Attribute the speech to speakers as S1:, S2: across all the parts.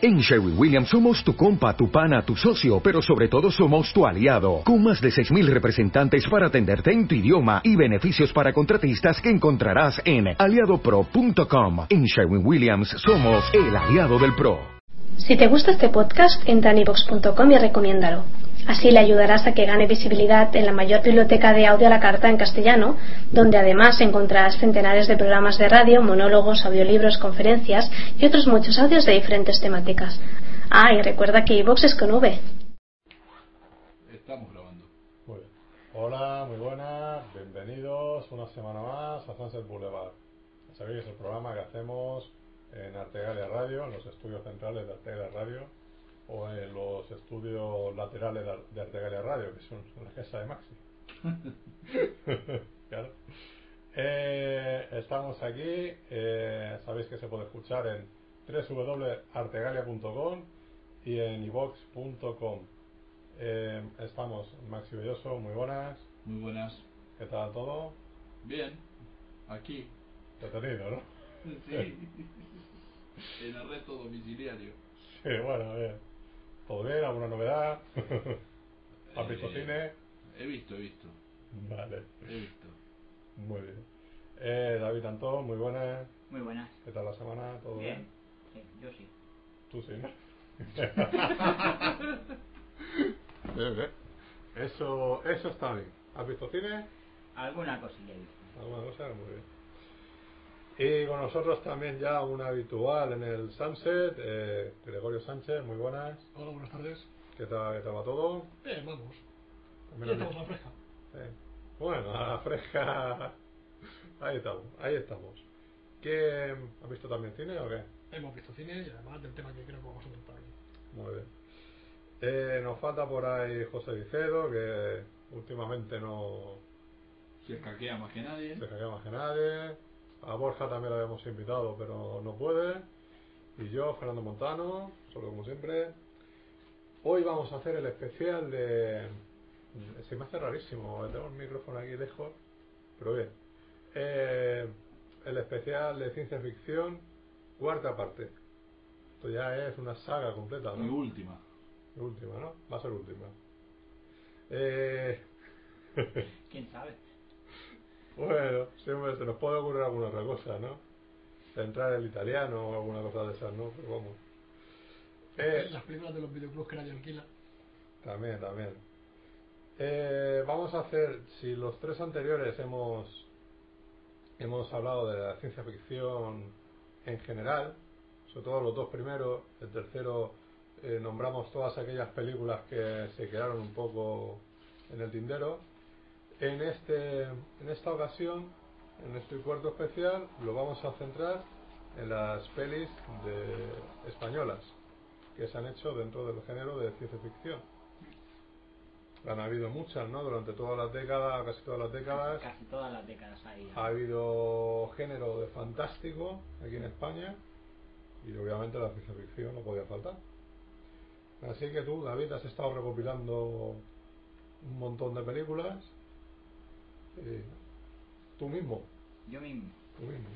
S1: En Sherwin Williams somos tu compa, tu pana, tu socio, pero sobre todo somos tu aliado, con más de 6.000 representantes para atenderte en tu idioma y beneficios para contratistas que encontrarás en aliadopro.com. En Sherwin Williams somos el aliado del PRO.
S2: Si te gusta este podcast, entra en iVoox.com y recomiéndalo. Así le ayudarás a que gane visibilidad en la mayor biblioteca de audio a la carta en castellano, donde además encontrarás centenares de programas de radio, monólogos, audiolibros, conferencias y otros muchos audios de diferentes temáticas. Ah, y recuerda que iVoox es con V.
S3: Estamos grabando.
S4: Muy bien. Hola, muy buenas, bienvenidos una semana más a Sunset Boulevard. Ya Sabéis, es el programa que hacemos en Artegalia Radio, en los estudios centrales de Artegalia Radio, o en los estudios laterales de Ar- de Artegalia Radio, que son la casa de Maxi. Claro. Eh, estamos aquí, eh, sabéis que se puede escuchar en www.artegalia.com y en ibox.com. Eh, estamos Maxi Belloso, muy buenas.
S3: Muy buenas.
S4: ¿Qué tal todo?
S3: Bien. Aquí.
S4: Detenido, ¿no?
S3: Sí. en arresto domiciliario.
S4: Sí, bueno, bien. ¿Todo bien? ¿Alguna novedad? ¿Has visto
S3: Eh,
S4: cine?
S3: He visto, he visto.
S4: Vale,
S3: He visto.
S4: muy bien. Eh, David Antón, muy buenas.
S5: Muy buenas.
S4: ¿Qué tal la semana? ¿Todo
S5: Bien.
S4: bien?
S5: Sí, yo sí.
S4: Tú sí, ¿no? bien, bien. Eso, eso está bien. ¿Has visto cine?
S5: Alguna cosilla he visto.
S4: Alguna cosa, muy bien. Y con nosotros también ya un habitual en el Sunset, eh, Gregorio Sánchez, muy buenas.
S6: Hola, buenas tardes.
S4: ¿Qué tal, qué tal va todo?
S6: Bien, Eh, vamos.
S4: También
S6: Ya
S4: has
S6: estamos
S4: visto-
S6: a la fresca.
S4: Eh, Bueno, a la fresca. Ahí estamos, ahí estamos. ¿Qué, ¿Has visto también cine o qué?
S6: Hemos visto cine y además del tema que creo que vamos a tratar hoy.
S4: Muy bien. Eh, nos falta por ahí José Vicedo, que últimamente no
S3: Se escaquea más que nadie.
S4: se cae más que nadie. A Borja también lo habíamos invitado, pero no puede. Y yo, Fernando Montano, solo como siempre. Hoy vamos a hacer el especial de... Se me hace rarísimo, tengo el micrófono aquí lejos, pero bien. Eh, el especial de ciencia ficción, cuarta parte. Esto ya es una saga completa. ¿no?
S3: Mi última.
S4: Última, ¿no? Va a ser última. Eh,
S5: ¿Quién sabe?
S4: bueno, siempre se nos puede ocurrir alguna otra cosa, ¿no? Entrar el italiano o alguna cosa de esas, ¿no? Pero vamos. Eh,
S6: Las películas de los videoclubs que nadie alquila.
S4: también, también. Eh, vamos a hacer, si los tres anteriores hemos hemos hablado de la ciencia ficción en general, sobre todo los dos primeros, el tercero eh, nombramos todas aquellas películas que se quedaron un poco en el tintero. En este en esta ocasión, en este cuarto especial, lo vamos a centrar en las pelis de españolas que se han hecho dentro del género de ciencia ficción. Han habido muchas, ¿no? Durante todas las décadas, casi todas las décadas.
S5: Casi todas las décadas ahí.
S4: Ha habido género de fantástico aquí en España y obviamente la ciencia ficción no podía faltar. Así que tú, David, has estado recopilando un montón de películas. eh, tú mismo,
S5: Yo mismo.
S4: tú mismo.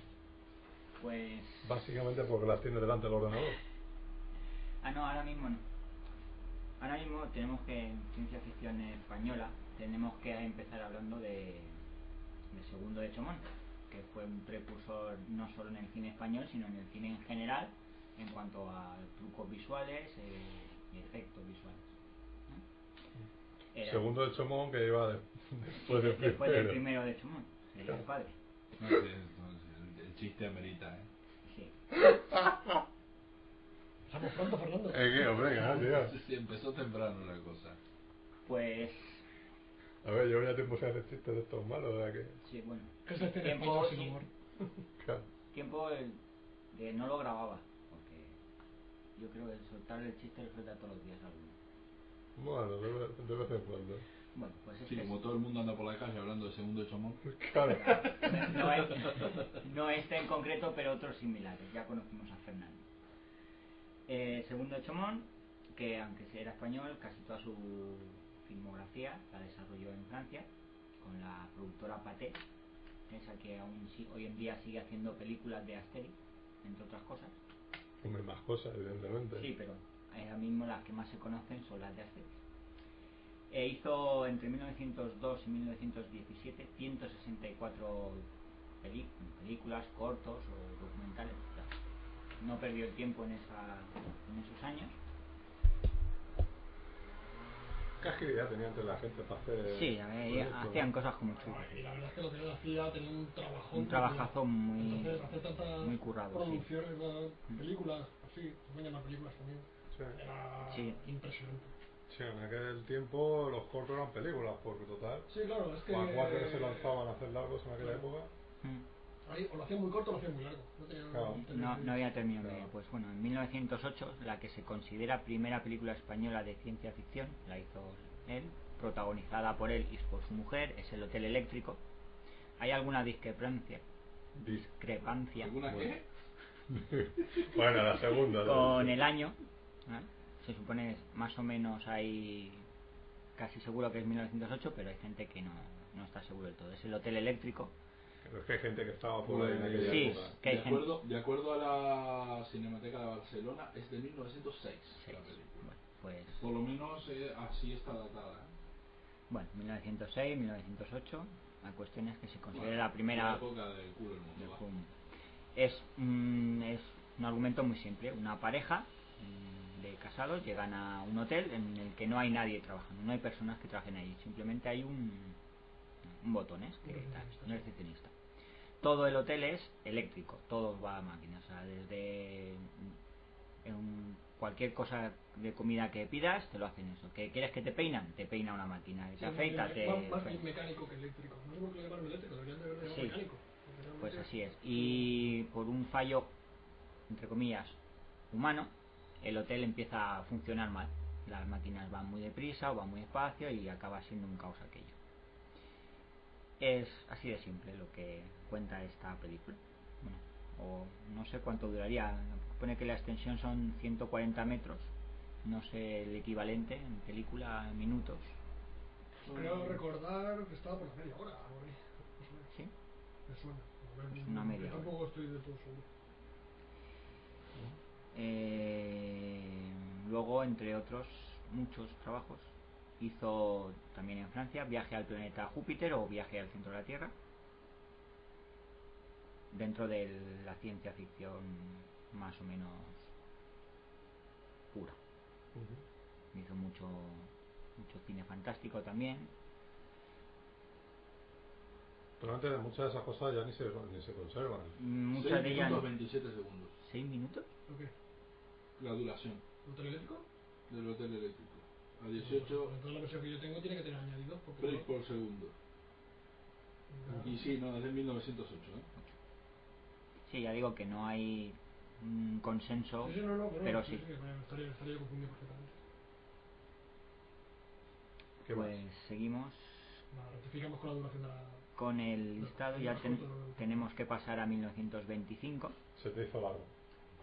S5: Pues.
S4: Básicamente porque las tienes delante del ordenador.
S5: Ah, no, ahora mismo no. Ahora mismo tenemos que. En ciencia ficción española, tenemos que empezar hablando de. de Segundo de Chomón, que fue un precursor no solo en el cine español, sino en el cine en general, en cuanto a trucos visuales eh, y efectos visuales. ¿no? Era-
S4: Segundo el chomón que iba de- después del
S5: Después del
S4: primero.
S5: primero de Chomón, el
S4: Claro.
S5: padre.
S3: No sé, no sé, el chiste amerita, ¿eh?
S5: Sí.
S6: Estamos pronto, Fernando.
S4: Es que, hombre, que no, tío.
S3: Sí, empezó temprano la cosa.
S5: Pues
S4: A ver, yo ya tiempo sin hacer chistes de estos malos, ¿verdad? Que,
S5: sí, bueno.
S6: ¿Qué se tiene en
S5: Tiempo,
S6: España sin
S5: sí.
S6: humor?
S4: claro.
S5: Tiempo el- de no lo grababa, porque yo creo que soltar el chiste lo suelta todos los días alguno.
S4: Bueno, de vez- de vez en cuando.
S5: Bueno, pues es
S3: Sí,
S5: que
S3: como todo el mundo anda por la calle hablando de segundo de chamón.
S4: Claro.
S5: no, es- no este en concreto, pero otros similares. Ya conocimos a Fernando. Eh, segundo Chomón, que aunque se era español, casi toda su filmografía la desarrolló en Francia, con la productora Paté, esa que aún si- hoy en día sigue haciendo películas de Asterix, entre otras cosas.
S4: Hombre, más cosas, evidentemente.
S5: Sí, pero ahora mismo las que más se conocen son las de Asterix. Eh, hizo entre 1902 y 1917 164 peli- películas, cortos o documentales. o sea, No perdió el tiempo en, esa, en esos años.
S4: ¿Qué agilidad tenía entre la gente para hacer.
S5: Sí, a ver,
S4: proyectos?
S5: hacían cosas como chulas.
S6: Y la verdad es que los de la ciudad tenían un trabajazo.
S5: Un trabajazo muy-
S6: Entonces, hacer tantas
S5: muy currado, sí. Mm.
S6: producciones, ¿no? películas, así, se pueden llamar películas también.
S4: Sí.
S6: Era
S5: Sí.
S6: impresionante.
S4: Sí, en aquel tiempo los cortos eran películas, porque total.
S6: Sí, claro, es que.
S4: Juan cuatro que se lanzaban a hacer largos en aquella
S6: Claro.
S4: época.
S5: Mm.
S6: Ahí, o lo hacían muy corto o lo hacían muy largo. No, tenía-
S4: Claro.
S5: No, no había terminado.
S4: Claro.
S5: Pues bueno, en 1908 la que se considera primera película española de ciencia ficción la hizo él, protagonizada por él y por su mujer, es El Hotel Eléctrico. Hay alguna discrepancia, discrepancia
S3: ¿Alguna
S4: Bueno.
S3: qué?
S4: bueno, la segunda. la-
S5: con el año. ¿eh? Se supone es más o menos hay casi seguro que es 1908, pero hay gente que no, no está seguro del todo. Es El Hotel Eléctrico.
S4: Pero es que hay gente que estaba por ahí en aquella
S5: Sí,
S4: época.
S5: que hay
S3: de,
S5: gente-
S3: acuerdo, de acuerdo a la Cinemateca de Barcelona, es de 1906 la
S5: Seis.
S3: película.
S5: Bueno, pues
S3: Por lo menos eh, así está datada. ¿eh?
S5: Bueno, 1906, 1908. La cuestión es que se considera
S3: Bueno,
S5: la primera.
S3: época del culo del mundo.
S5: del
S3: va.
S5: punk. Es, mm, es un argumento muy simple. Una pareja mm, de casados llegan a un hotel en el que no hay nadie trabajando, no hay personas que trabajen ahí. Simplemente hay un, un botones que
S6: Un
S5: tal,
S6: recepcionista.
S5: un recepcionista. Todo el hotel es eléctrico, todo va a máquina. O sea, desde mm, en cualquier cosa de comida que pidas, te lo hacen eso. ¿Que quieres que te peinan? Te peina una máquina. Que
S6: Sí, pues,
S5: te afeita,
S6: me-
S5: te...
S6: Más, más
S5: peina.
S6: mecánico que eléctrico. No sé por qué lo llamaron eléctrico, deberían de haberlo llamado
S5: Sí.
S6: mecánico. porque realmente-
S5: Pues así es. Y por un fallo, entre comillas, humano, el hotel empieza a funcionar mal. Las máquinas van muy deprisa o van muy despacio y acaba siendo un caos aquello. Es así de simple lo que cuenta esta película. Bueno, o no sé cuánto duraría. Supone que la extensión son 140 metros. No sé el equivalente en película, en minutos.
S6: Creo recordar que estaba por la media hora, algo ahí, más o menos.
S5: ¿Sí?
S6: Me suena. A ver,
S5: Es una media hora.
S6: Tampoco estoy de todo seguro.
S5: Eh, luego, entre otros muchos trabajos, hizo también en Francia Viaje al planeta Júpiter o Viaje al centro de la Tierra, dentro de la ciencia ficción más o menos pura.
S4: Ujú.
S5: Hizo mucho, mucho cine fantástico también.
S4: Pero antes de muchas de esas cosas ya ni se, ni se conservan.
S5: Muchas
S3: Seis
S5: de ellas...
S3: minutos 27 segundos.
S5: ¿Seis minutos?
S6: ¿Lo qué?
S3: La duración
S6: ¿Lo eléctrico?
S3: del hotel eléctrico. A 18
S6: Entonces pues, la versión que yo tengo tiene que tener añadidos porque.
S3: frames por segundo.
S6: no-
S3: Y sí, no, desde 1908. ¿eh?
S5: Sí, ya digo que no hay un consenso,
S6: Sí, sí, no, no, pero,
S5: pero
S6: sí.
S5: sí.
S6: sí, me estaría, estaría confundido perfectamente.
S4: ¿Qué
S5: Pues seguimos
S6: Nada, rectificamos con la duración de la.
S5: Con el listado ya ten- tenemos que pasar a 1925.
S4: más? Se te hizo largo.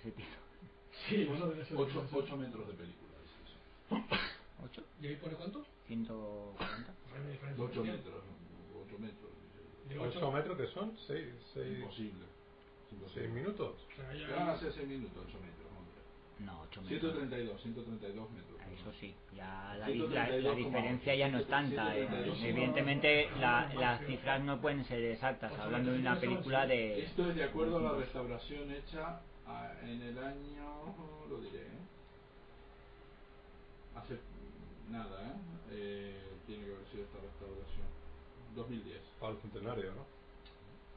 S5: Se tiene-
S6: Sí, eso debe ser.
S3: 8,
S6: debe ser.
S3: metros de película. es eso.
S5: ¿8?
S6: ¿Y ahí pone cuánto?
S5: ¿140?
S6: Pues hay una diferencia.
S3: 8 metros. 8 metros.
S6: Y
S4: 8
S6: ocho-
S4: metros que son 6
S3: Es
S4: seis,
S3: imposible.
S4: seis minutos.
S6: O sea,
S3: ¿Qué van a
S6: ya.
S3: hacer 6 minutos? 8 metros. hombre.
S5: No, 8 metros.
S3: 132, 132 metros.
S5: Eso sí, ya la,
S3: 132,8.
S5: la- la diferencia ya no es tanta. eh.
S3: 132,8.
S5: Evidentemente la- las cifras no pueden ser exactas, hablando de una película de...
S3: Esto es de acuerdo a la restauración hecha ah, en el año. lo diré, ¿eh? Hace nada, ¿eh? Eh, Tiene que haber sido esta restauración. 2010,
S4: Para el centenario, ¿no?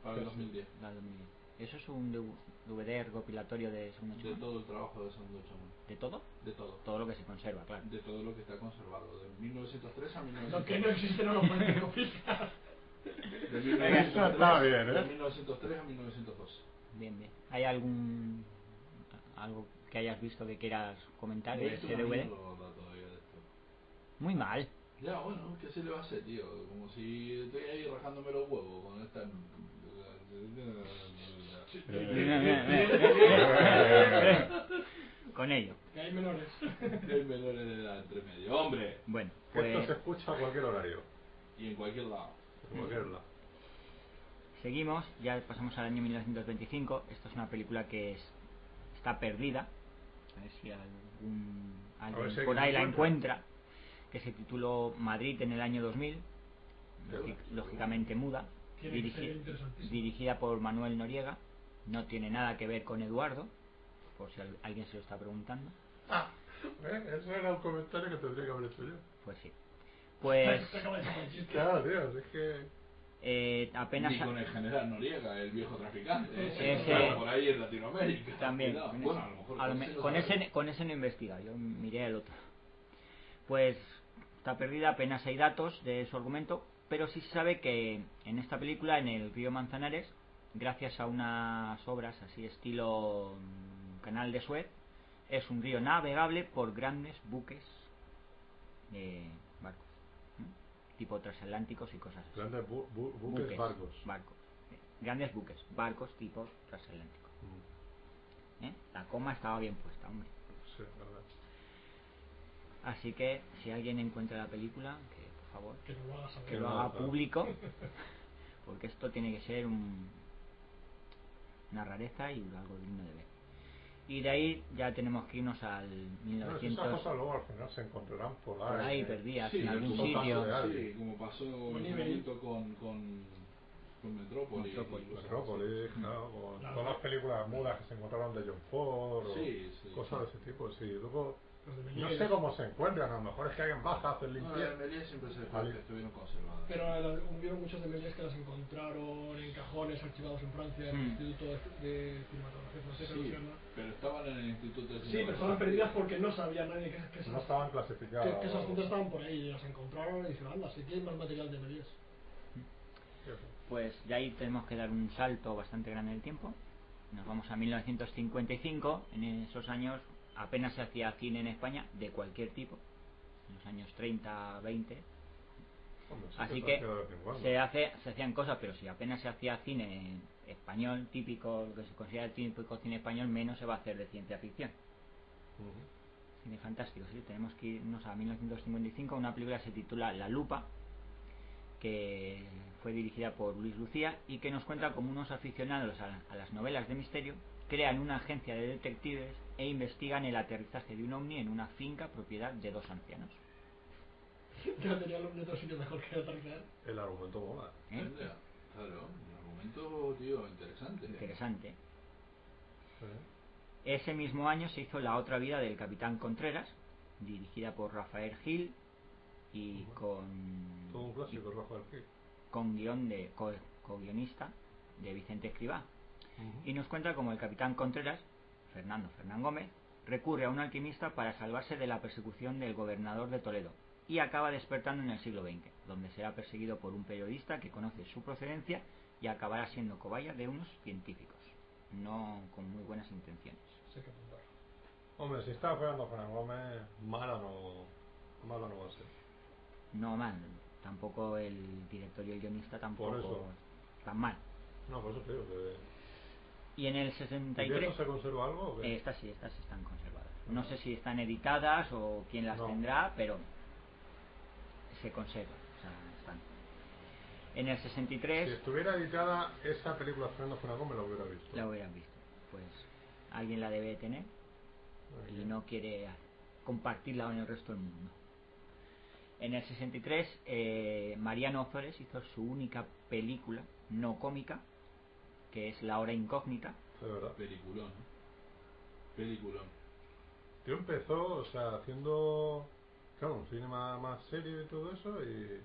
S3: para el 2010.
S5: la de mil. ¿Eso es un DV DVD recopilatorio de Segundo
S3: De
S5: Chimón?
S3: todo el trabajo de Segundo Chamón.
S5: ¿De todo?
S3: De todo.
S5: Todo lo que se conserva, claro.
S3: De todo lo que está conservado. De 1903 a
S6: Lo que no
S3: 1903.
S6: existe no lo pueden recopilar.
S3: De
S4: Eso está bien, ¿eh?
S3: de 1903 a 1912.
S5: Bien, bien. ¿Hay algún... algo que hayas visto que quieras comentar
S3: Yo
S5: de
S3: he visto
S5: ese
S3: una
S5: DVD?
S3: mierda todavía de esto.
S5: Muy mal.
S3: Ya, bueno, ¿qué se le va a hacer, tío? Como si estoy ahí rajándome los huevos con esta...
S5: Con ello.
S6: Que hay menores.
S3: Hay menores de edad entre medio. ¡Hombre!
S5: Bueno,
S4: Que Esto se
S5: pues
S4: escucha a cualquier horario.
S3: Y en cualquier lado.
S4: A cualquier lado.
S5: seguimos, ya pasamos al año 1925. Esto es una película que es- está perdida. A ver si algún, alguien
S4: ver si
S5: por
S4: alguien
S5: ahí la
S4: la encuentra.
S5: encuentra. Que se tituló Madrid en el año 2000. lógic- lógicamente muda.
S6: Tiene que ser
S5: dirigi-
S6: interesantísimo.
S5: dirigida por Manuel Noriega. No tiene nada que ver con Eduardo. Por si al- alguien se lo está preguntando.
S4: Ah, ¿eh? Eso era un comentario que tendría que haber hecho yo.
S5: Pues sí. Pues
S6: Se acaba de sacar el chiste.
S4: Claro, tío, es que.
S5: eh, apenas.
S3: Ni con el general Noriega, el viejo traficante. Ese
S5: Ese-
S3: estaba por ahí en Latinoamérica.
S5: También.
S3: Cuidado.
S5: con
S3: Bueno,
S5: ese.
S3: a lo mejor.
S5: A lo me-
S3: no
S5: con,
S3: se
S5: ese,
S3: sabe.
S5: con ese no he investigado, yo miré el otro. Pues está perdida, apenas hay datos de su argumento, pero sí se sabe que en esta película, en el río Manzanares, gracias a unas obras así estilo mm, Canal de Suez, es un río navegable por grandes buques de barcos, ¿no? tipo transatlánticos y cosas así.
S4: Grandes bu- bu- buques, barcos.
S5: barcos. Eh, Grandes buques, barcos tipo transatlántico.
S4: Mm,
S5: ¿eh? La coma estaba bien puesta, hombre.
S4: Sí, verdad.
S5: Así que si alguien encuentra la película, que por favor,
S6: Que no lo hagas
S5: que
S6: saber.
S5: lo
S4: no,
S5: haga
S4: claro.
S5: público, porque esto tiene que ser un- una rareza y algo digno de ver. Y de ahí ya tenemos que irnos al
S4: No, esas
S5: 1900,
S4: cosas luego al final se encontrarán por ahí.
S5: por ahí
S4: ¿eh?
S5: perdidas
S3: Sí,
S5: en algún
S3: como pasó-
S5: sitio.
S4: real.
S3: Sí, como pasó
S6: Un
S3: en un
S6: nivel.
S3: momento con, con, con Metrópolis.
S5: Metrópolis.
S4: Metrópolis, ¿no? O
S6: Claro.
S4: todas las películas mudas que se encontraron de John Ford, o
S3: Sí, sí.
S4: cosas de ese tipo, sí. Luego,
S5: Pues
S6: Los de
S4: no
S6: Melies.
S4: sé cómo se encuentran, a lo mejor es que alguien baja a hacer
S3: No, en
S4: limpieza.
S3: Melilla siempre se
S4: Vale.
S3: fue que estuvieron conservadas.
S6: Pero eh, hubieron muchos de Méliès que las encontraron en cajones archivados en Francia, en el
S5: Mm.
S6: Instituto de, de Cinematografía Francesa.
S3: Sí,
S6: creo, ¿no?
S3: pero estaban en el Instituto de
S6: Sí, pero estaban perdidas porque no sabía nadie que,
S5: Ah,
S6: que, esas,
S4: No estaban
S6: que-
S4: clasificadas.
S6: que esas
S4: o-
S6: cintas estaban por ahí y las encontraron y dijeron, anda, si tienen más material de Méliès.
S5: Pues de ahí tenemos que dar un salto bastante grande en el tiempo. Nos vamos a 1955. En esos años apenas se hacía cine en España de cualquier tipo. En los años 30, 20.
S4: Hombre, sí
S5: Así
S4: se
S5: que
S4: hace de vez en cuando.
S5: se, hace, se hacían cosas, pero si apenas se hacía cine español, típico, lo que se considera el típico cine español, menos se va a hacer de ciencia ficción.
S4: Ujú.
S5: Cine fantástico, sí. Tenemos que irnos a 1955. Una película que se titula La Lupa, que fue dirigida por Luis Lucía y que nos cuenta como unos aficionados a, a las novelas de misterio crean una agencia de detectives e investigan el aterrizaje de un ovni en una finca propiedad de dos ancianos.
S6: Ya tenían los netos sitio mejor que aterrizar.
S4: El argumento mola.
S5: ¿Eh?
S3: Claro, un argumento, tío, interesante.
S5: Interesante.
S4: ¿eh?
S5: Ese mismo año se hizo La otra vida del Capitán Contreras, dirigida por Rafael Gil y con
S4: Todo un clásico, el rojo del pie.
S5: con guión de co- co-guionista de Vicente Escribá. Y nos cuenta como el capitán Contreras, Fernando Fernán Gómez, recurre a un alquimista para salvarse de la persecución del gobernador de Toledo y acaba despertando en el siglo XX, donde será perseguido por un periodista que conoce su procedencia y acabará siendo cobaya de unos científicos, no con muy buenas intenciones.
S6: Sé que apuntar.
S4: Hombre, si está Fernando Fran Gómez, mala no, mala no va a ser.
S5: No mal, tampoco el director y el guionista tampoco
S4: eso.
S5: tan mal.
S4: No, por eso te digo que...
S5: Y en el
S4: ¿Y de
S5: 63...
S4: eso se conserva algo? o qué?
S5: Eh, estas sí, estas están conservadas. No sé si están editadas o quién las
S4: No.
S5: tendrá, pero se conservan. o sea, están. En el 63
S4: Si estuviera editada esa película Fernando Fran Gómez, la hubiera visto.
S5: la hubieran visto. Pues alguien la debe tener
S4: Ay,
S5: y no quiere compartirla con el resto del mundo. En el 63, eh, Mariano Ozores hizo su única película no cómica, que es La Hora Incógnita.
S4: De verdad.
S3: Peliculón. Peliculón.
S4: Tío empezó, o sea, haciendo, claro, un cine más, más serio y todo eso, y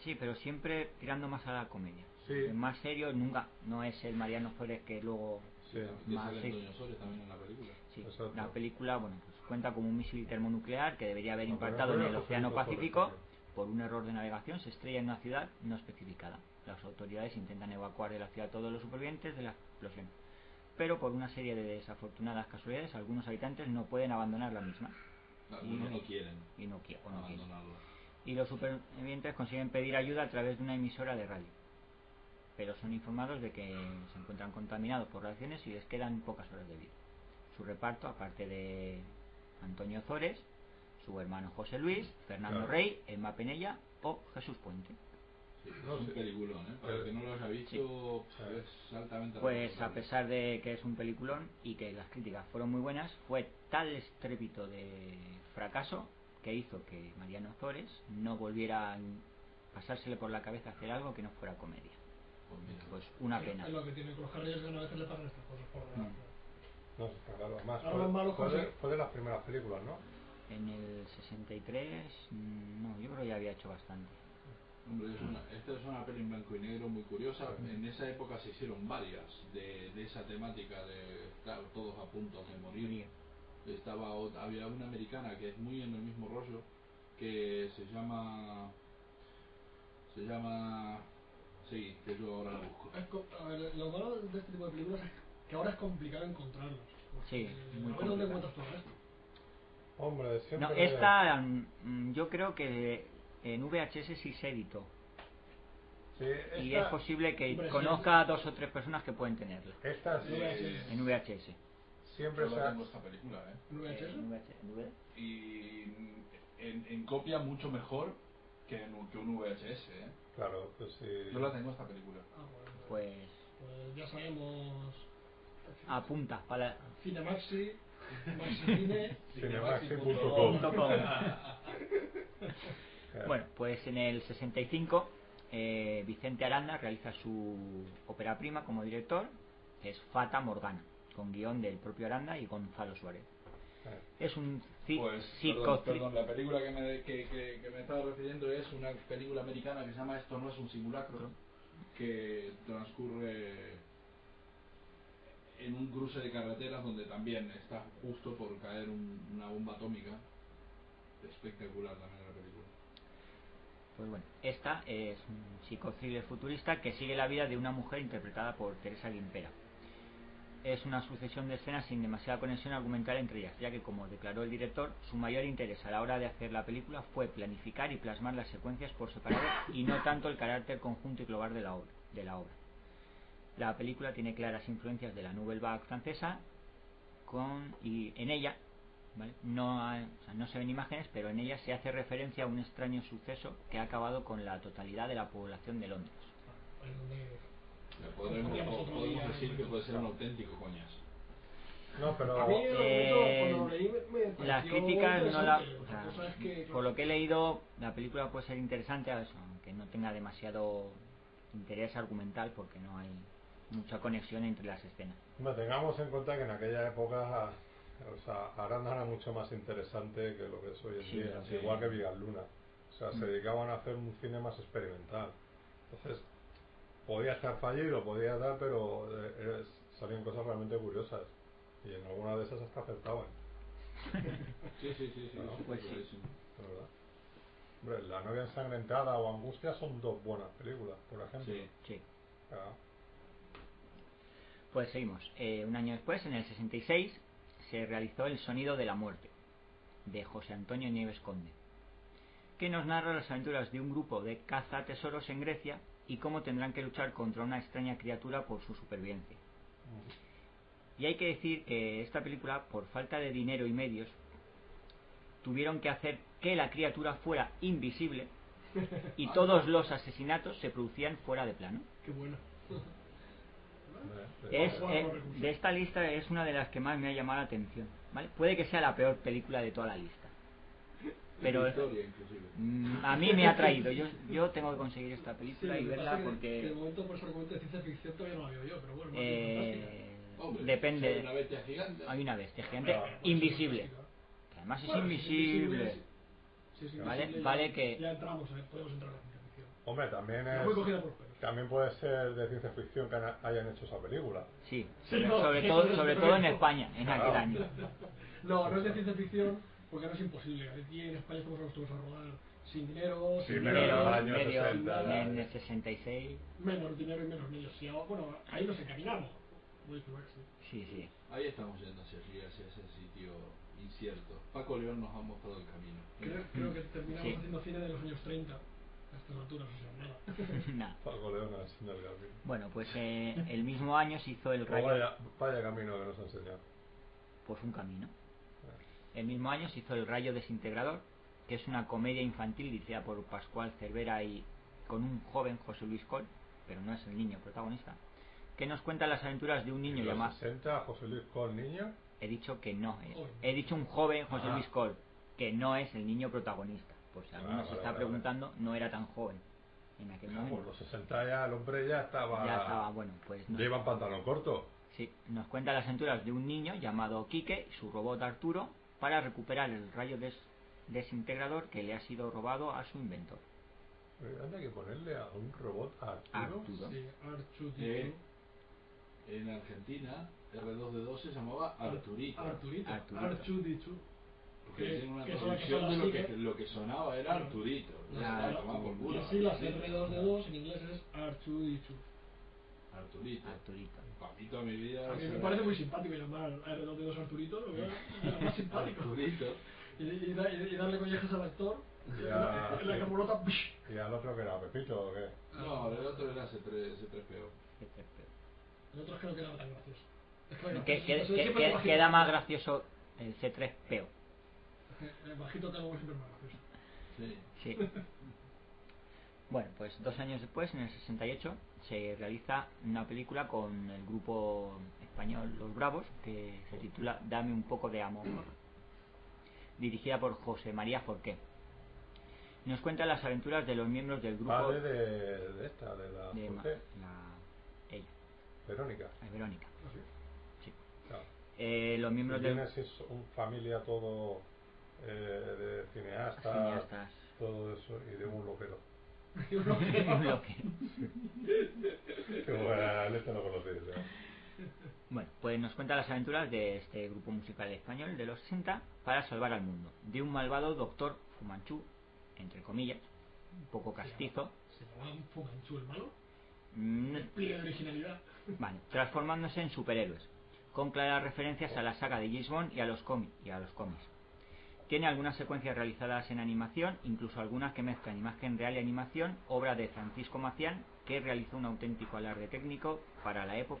S5: Sí, pero siempre tirando más a la comedia.
S4: Sí.
S5: El más serio nunca, no es el Mariano Flores que luego...
S4: sí,
S3: Que
S5: Más,
S3: sale
S5: sí.
S3: Antonio Soles también en la película.
S5: sí,
S4: Exacto.
S5: la película, bueno, pues cuenta con un misil termonuclear que debería haber
S4: No, pero
S5: impactado
S4: no
S5: en
S4: era
S5: el
S4: José
S5: Océano
S4: Luis Ozores,
S5: Pacífico.
S4: sí.
S5: Por un error de navegación se estrella en una ciudad no especificada. Las autoridades intentan evacuar de la ciudad a todos los supervivientes de la explosión. Pero por una serie de desafortunadas casualidades, algunos habitantes no pueden abandonar la misma.
S3: Algunos
S5: Y-
S3: no quieren
S5: Y no quie- o no quieren.
S3: abandonarlo.
S5: y los supervivientes consiguen pedir ayuda a través de una emisora de radio. Pero son informados de que se encuentran contaminados por radiaciones y les quedan pocas horas de vida. Su reparto, aparte de Antonio Zores, su hermano José Luis, Fernando
S4: Claro.
S5: Rey, Emma Penella o Jesús Puente.
S4: No
S3: es un
S4: sé.
S3: peliculón, ¿eh? Para el que no lo haya visto,
S4: Sí.
S3: es altamente
S5: Pues a
S3: recomendable.
S5: pesar de que es un peliculón y que las críticas fueron muy buenas, fue tal estrépito de fracaso que hizo que Mariano Zores no volviera a pasársele por la cabeza hacer algo que no fuera comedia.
S3: Pues mira,
S5: Pues una pena.
S6: Es lo que tiene con los Harry es que a veces le pasan estas cosas por delante.
S4: No sé, está claro. Más,
S6: Algo
S4: fue,
S6: malo,
S4: fue de,
S6: José.
S4: fue de las primeras películas, ¿no?
S5: En el 63, mm, no, yo creo que ya había hecho bastante.
S3: Hombre, es una- esta es una peli en blanco y negro muy curiosa. En esa época se hicieron varias de, de esa temática de claro, todos a punto de morir. Estaba ot- había una americana que es muy en el mismo rollo que se llama se llama sí que yo ahora la busco.
S6: Es co- a ver, lo malo de este tipo de películas es que ahora es complicado encontrarlos.
S5: Sí, muy
S6: a ver
S5: complicado.
S6: dónde encuentras todo esto.
S4: Hombre, siempre...
S5: No, esta mm, yo creo que en VHS sí se editó.
S4: Sí, esta,
S5: Y es posible
S6: Hombre,
S5: que
S6: sí.
S5: conozca a dos o tres personas que pueden tenerla
S4: Esta sí,
S6: VHS.
S5: en VHS.
S4: siempre
S3: Yo
S4: se
S3: la
S4: ha...
S3: tengo esta película, ¿eh?
S6: ¿En
S5: Eh,
S6: VHS?
S5: en VHS, ¿en VHS?
S3: Y en, en copia mucho mejor que, en, que un VHS, ¿eh?
S4: Claro, pues sí.
S3: Yo la tengo esta película.
S6: Ah, bueno, pues,
S5: Pues
S6: ya sabemos.
S5: apunta para
S6: Cinemaxi, Maxicine. Oh.
S4: Cinemaxi.com. Claro.
S5: Bueno, pues en el 65 eh, Vicente Aranda realiza su ópera prima como director, que es Fata Morgana, con guión del propio Aranda y Gonzalo Suárez.
S4: Claro.
S5: Es un
S3: Pues, perdón,
S5: psico...
S3: perdón, la película que me, que, que- que me estaba refiriendo es una película americana que se llama Esto no es un simulacro, que transcurre en un cruce de carreteras donde también está justo por caer un- una bomba atómica. Espectacular también la película.
S5: Pues bueno, esta es un psicothriller futurista que sigue la vida de una mujer interpretada por Teresa Guimpera. Es una sucesión de escenas sin demasiada conexión argumental entre ellas, ya que como declaró el director, su mayor interés a la hora de hacer la película fue planificar y plasmar las secuencias por separado y no tanto el carácter conjunto y global de la obra. De la, obra. la película tiene claras influencias de la Nouvelle Vague francesa con, y en ella ¿vale? No, hay- o sea, no se ven imágenes, pero en ella se hace referencia a un extraño suceso que ha acabado con la totalidad de la población de Londres.
S6: Ahí es donde-
S3: Le podremos,
S6: Podríamos
S3: po-
S6: otro
S3: podemos
S6: día,
S3: decir
S6: ¿eh?
S3: que puede ser un auténtico coñazo.
S4: No,
S6: A mí,
S4: pero...
S6: en
S5: Eh,
S6: algún momento, cuando leí, me pareció
S5: Las críticas no la...
S6: interesante.
S5: o sea,
S6: La cosa es que,
S5: por lo que he leído, la película puede ser interesante, a ver, aunque no tenga demasiado interés argumental porque no hay mucha conexión entre las escenas.
S4: No, tengamos en cuenta que en aquella época... O sea, Aranda era mucho más interesante que lo que es hoy en
S5: Sí,
S4: día.
S5: sí.
S4: Igual que Vigas Luna. O sea, se dedicaban a hacer un cine más experimental. Entonces, podía estar fallido, podía dar, pero eh, eh, salían cosas realmente curiosas. Y en alguna de esas hasta acertaban.
S3: Sí, sí, sí, sí.
S4: No,
S3: sí,
S5: pues sí.
S3: clarísimo.
S4: La verdad. Hombre, La novia ensangrentada o Angustia son dos buenas películas, por ejemplo.
S3: Sí.
S5: Sí.
S4: Claro.
S5: Pues seguimos. Eh, un año después, en el 66, se realizó El Sonido de la Muerte, de José Antonio Nieves Conde, que nos narra las aventuras de un grupo de cazatesoros en Grecia y cómo tendrán que luchar contra una extraña criatura por su supervivencia. Y hay que decir que esta película, por falta de dinero y medios, tuvieron que hacer que la criatura fuera invisible y todos los asesinatos se producían fuera de plano.
S6: qué bueno.
S4: Hombre,
S5: Es,
S4: eh,
S5: eh, de esta lista es una de las que más me ha llamado la atención. ¿vale? Puede que sea la peor película de toda la lista. Pero
S3: Victoria, inclusive.
S5: mm, a mí me ha traído. Yo, yo tengo que conseguir esta
S6: Sí,
S5: película y
S6: lo que pasa
S5: verla
S6: es que- que de
S5: porque
S6: momento por ese argumento de ciencia ficción todavía no la veo yo, pero bueno, más bien fantástica.
S5: eh,
S3: Hombre, soy Una
S5: depende.
S3: bestia gigante.
S5: Hay una bestia gigante
S4: Claro,
S6: Pues,
S5: invisible.
S6: fantástica.
S5: que además es
S6: Bueno, si
S5: invisible.
S6: si es invisible,
S5: Vale-
S6: ya-
S5: vale que-
S6: Ya entramos, eh, podemos entrar en la ciencia ficción.
S4: hombre, también
S6: La voy cogida
S4: es,
S6: por los pelos.
S4: también puede ser de ciencia ficción que han- hayan hecho esa película.
S5: Sí,
S6: Sí,
S5: sobre,
S6: no,
S5: sobre
S6: eso
S5: todo,
S6: no
S5: sobre
S6: es
S5: todo en
S6: correcto.
S5: España, en aquel
S4: Claro.
S5: año.
S6: No, no es de ciencia ficción porque no es imposible. Aquí en España estamos acostumbrados a rodar sin dinero,
S4: Sí,
S6: sin
S4: pero en los
S5: Medios,
S4: años
S5: medios,
S4: 60,
S6: la-
S5: en el 66.
S6: menos dinero y menos medios. Y ahora, bueno, ahí nos encaminamos. Voy a probar, sí.
S5: Sí, sí.
S3: Ahí estamos yendo hacia arriba, hacia ese sitio incierto. Paco León nos ha mostrado el camino.
S6: Creo, creo que terminamos
S5: Sí.
S6: haciendo cine de los años 30 a estas alturas, o sea, nada.
S5: Nada.
S4: Paco León ha enseñado el camino.
S5: Bueno, pues eh, el mismo año se hizo el
S4: Oh,
S5: rayo.
S4: vaya, vaya camino que nos ha enseñado.
S5: pues un camino. El mismo año se hizo El Rayo Desintegrador, que es una comedia infantil dirigida por Pascual Cervera y con un joven José Luis Col, pero no es el niño protagonista, que nos cuenta las aventuras de un niño
S4: En los
S5: llamado...
S4: 60, José Luis Col Niño.
S5: He dicho que no, es-
S6: Joven.
S5: he dicho un joven José
S4: Ah.
S5: Luis Col, que no es el niño protagonista. Por si alguno
S4: Ah,
S5: se
S4: vale,
S5: está
S4: vale,
S5: preguntando, no era tan joven en aquel
S4: Por
S5: momento.
S4: los 60 ya el hombre ya estaba.
S5: Ya estaba, bueno, pues no.
S4: Lleva pantalón corto.
S5: Sí, nos cuenta las aventuras de un niño llamado Quique y su robot Arturo para recuperar el rayo des- desintegrador que le ha sido robado a su inventor.
S4: Eh, Anda que ponerle a un robot a Arturo.
S5: Arturo.
S6: Sí, Archudito.
S3: Eh, En Argentina, R2D2 se llamaba Arturito.
S6: Arturito.
S5: Arturito.
S6: Archudichu.
S3: Porque
S6: Que-
S3: tiene una
S6: que son las
S3: traducción
S6: cosas
S3: de lo que,
S6: así, ¿eh?
S3: lo que sonaba era
S6: Claro.
S3: Arturito. No
S5: Claro.
S3: se la tomaba por culo.
S6: Las siglas
S3: Arturito.
S6: R2D2 en inglés es Archudichu.
S3: Arturito.
S5: Arturito.
S3: Papito de mi vida.
S6: A mí
S3: ese
S6: me
S3: era
S6: parece muy simpático llamar a R2D2 Arturito, lo veo lo más simpático.
S3: Arturito.
S6: Y, y da- y darle collejas al actor.
S4: Y
S6: La,
S4: a-
S6: la camulota, psh.
S4: Y al otro que era Pepito, ¿o qué?
S3: No, el otro era C3, C3PO.
S6: El otro es que no quedaba tan gracioso. Es que, bueno,
S5: Que-
S6: pues, eso-
S5: que-
S6: eso
S5: que-
S6: siempre
S5: que-
S6: lo imagino.
S5: queda más gracioso el C3PO.
S6: Eh, El bajito calvo es siempre más gracioso.
S3: Sí.
S5: Sí. Bueno, pues dos años después, en el 68, se realiza una película con el grupo español Los Bravos, que se titula Dame un poco de amor, dirigida por José María Forqué. Nos cuenta las aventuras de los miembros del grupo
S4: Padre de, de esta, de la.
S5: de Ma-
S4: Forte,
S5: la- ella,
S4: Verónica.
S5: es Verónica.
S4: Sí,
S5: sí.
S4: claro.
S5: Eh, los miembros del
S4: Tienes es un familia todo eh, de cineastas,
S5: cineastas.
S4: todo eso, y de un lopero.
S6: Y uno que-
S5: Lo que-
S4: Qué buena, este lo conocí, ¿no?
S5: Bueno, pues nos cuenta las aventuras de este grupo musical español de los 60 para salvar al mundo, de un malvado doctor Fumanchu, entre comillas, un poco castizo,
S6: Se llamaba un Fumanchu el malo.
S5: mm,
S6: Pide originalidad.
S5: vale, transformándose en superhéroes, con claras referencias a la saga de James Bond y a los cómics. Y a los cómics. Tiene algunas secuencias realizadas en animación, incluso algunas que mezclan imagen real y animación, obra de Francisco Macián, que realizó un auténtico alarde técnico para la época.